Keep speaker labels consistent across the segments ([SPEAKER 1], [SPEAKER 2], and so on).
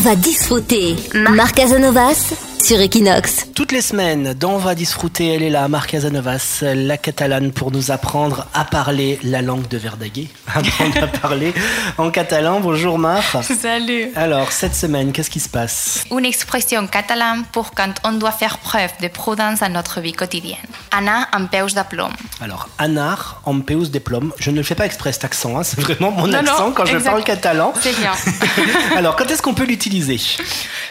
[SPEAKER 1] va disfrouter. Marc Casanovas sur Equinox.
[SPEAKER 2] Toutes les semaines, dans On va disfrouter, elle est là, Marc Casanovas, la catalane, pour nous apprendre à parler la langue de Verdaguer. Apprendre à parler en catalan. Bonjour Marc.
[SPEAKER 3] Salut.
[SPEAKER 2] Alors, cette semaine, qu'est-ce qui se passe
[SPEAKER 3] Une expression catalane pour quand on doit faire preuve de prudence dans notre vie quotidienne. Anna en peus de plomb.
[SPEAKER 2] Alors, anar, en peus de plom. Je ne le fais pas exprès cet accent, hein. c'est vraiment mon
[SPEAKER 3] Non,
[SPEAKER 2] accent
[SPEAKER 3] non,
[SPEAKER 2] quand je
[SPEAKER 3] exact.
[SPEAKER 2] parle catalan.
[SPEAKER 3] C'est bien.
[SPEAKER 2] Alors, quand est-ce qu'on peut l'utiliser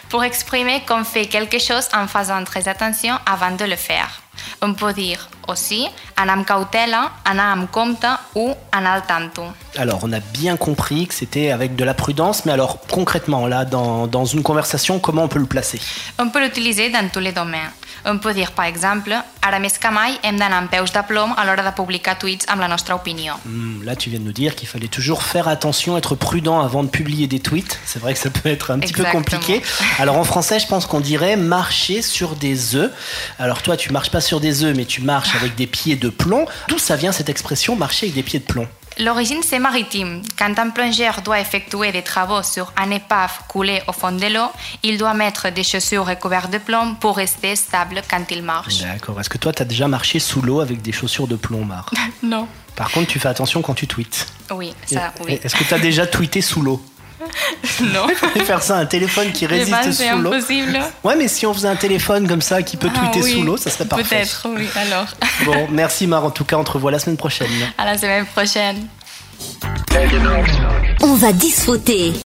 [SPEAKER 3] Pour exprimer qu'on fait quelque chose en faisant très attention avant de le faire. On peut dire aussi anar amb cautela, anar amb compte ou anar al tanto.
[SPEAKER 2] Alors, on a bien compris que c'était avec de la prudence, mais alors concrètement, là, dans, dans une conversation, comment on peut le placer
[SPEAKER 3] On peut l'utiliser dans tous les domaines. On peut dire, par exemple, ara més que mai hem d'anar amb peus de plom a l'hora de publicar tuits amb la nostra opinió.
[SPEAKER 2] Hmm, Là, tu viens de nous dire qu'il fallait toujours faire attention, être prudent avant de publier des tweets. C'est vrai que ça peut être un petit
[SPEAKER 3] Exactement.
[SPEAKER 2] peu compliqué. Alors, en français, je pense qu'on dirait marcher sur des œufs. Alors, toi, tu marches pas sur des œufs, mais tu marches avec des pieds de plomb. D'où ça vient cette expression marcher avec des pieds de plomb
[SPEAKER 3] L'origine, c'est maritime. Quand un plongeur doit effectuer des travaux sur un épave coulée au fond de l'eau, il doit mettre des chaussures recouvertes de plomb pour rester stable quand il marche.
[SPEAKER 2] D'accord. Est-ce que toi, tu as déjà marché sous l'eau avec des chaussures de plomb, Marc
[SPEAKER 3] Non.
[SPEAKER 2] Par contre, tu fais attention quand tu tweets.
[SPEAKER 3] Oui, ça, oui.
[SPEAKER 2] Est-ce que tu as déjà tweeté sous l'eau
[SPEAKER 3] Non.
[SPEAKER 2] Faire ça, un téléphone qui
[SPEAKER 3] Eh ben,
[SPEAKER 2] résiste
[SPEAKER 3] c'est
[SPEAKER 2] sous l'eau.
[SPEAKER 3] impossible.
[SPEAKER 2] Ouais, mais si on faisait un téléphone comme ça qui peut
[SPEAKER 3] Ah
[SPEAKER 2] tweeter
[SPEAKER 3] oui,
[SPEAKER 2] sous l'eau, ça serait parfait.
[SPEAKER 3] Peut-être, oui. Alors,
[SPEAKER 2] Bon, merci Mar. En tout cas, on te revoit la semaine prochaine.
[SPEAKER 3] à la semaine prochaine.
[SPEAKER 1] On va disfrouter.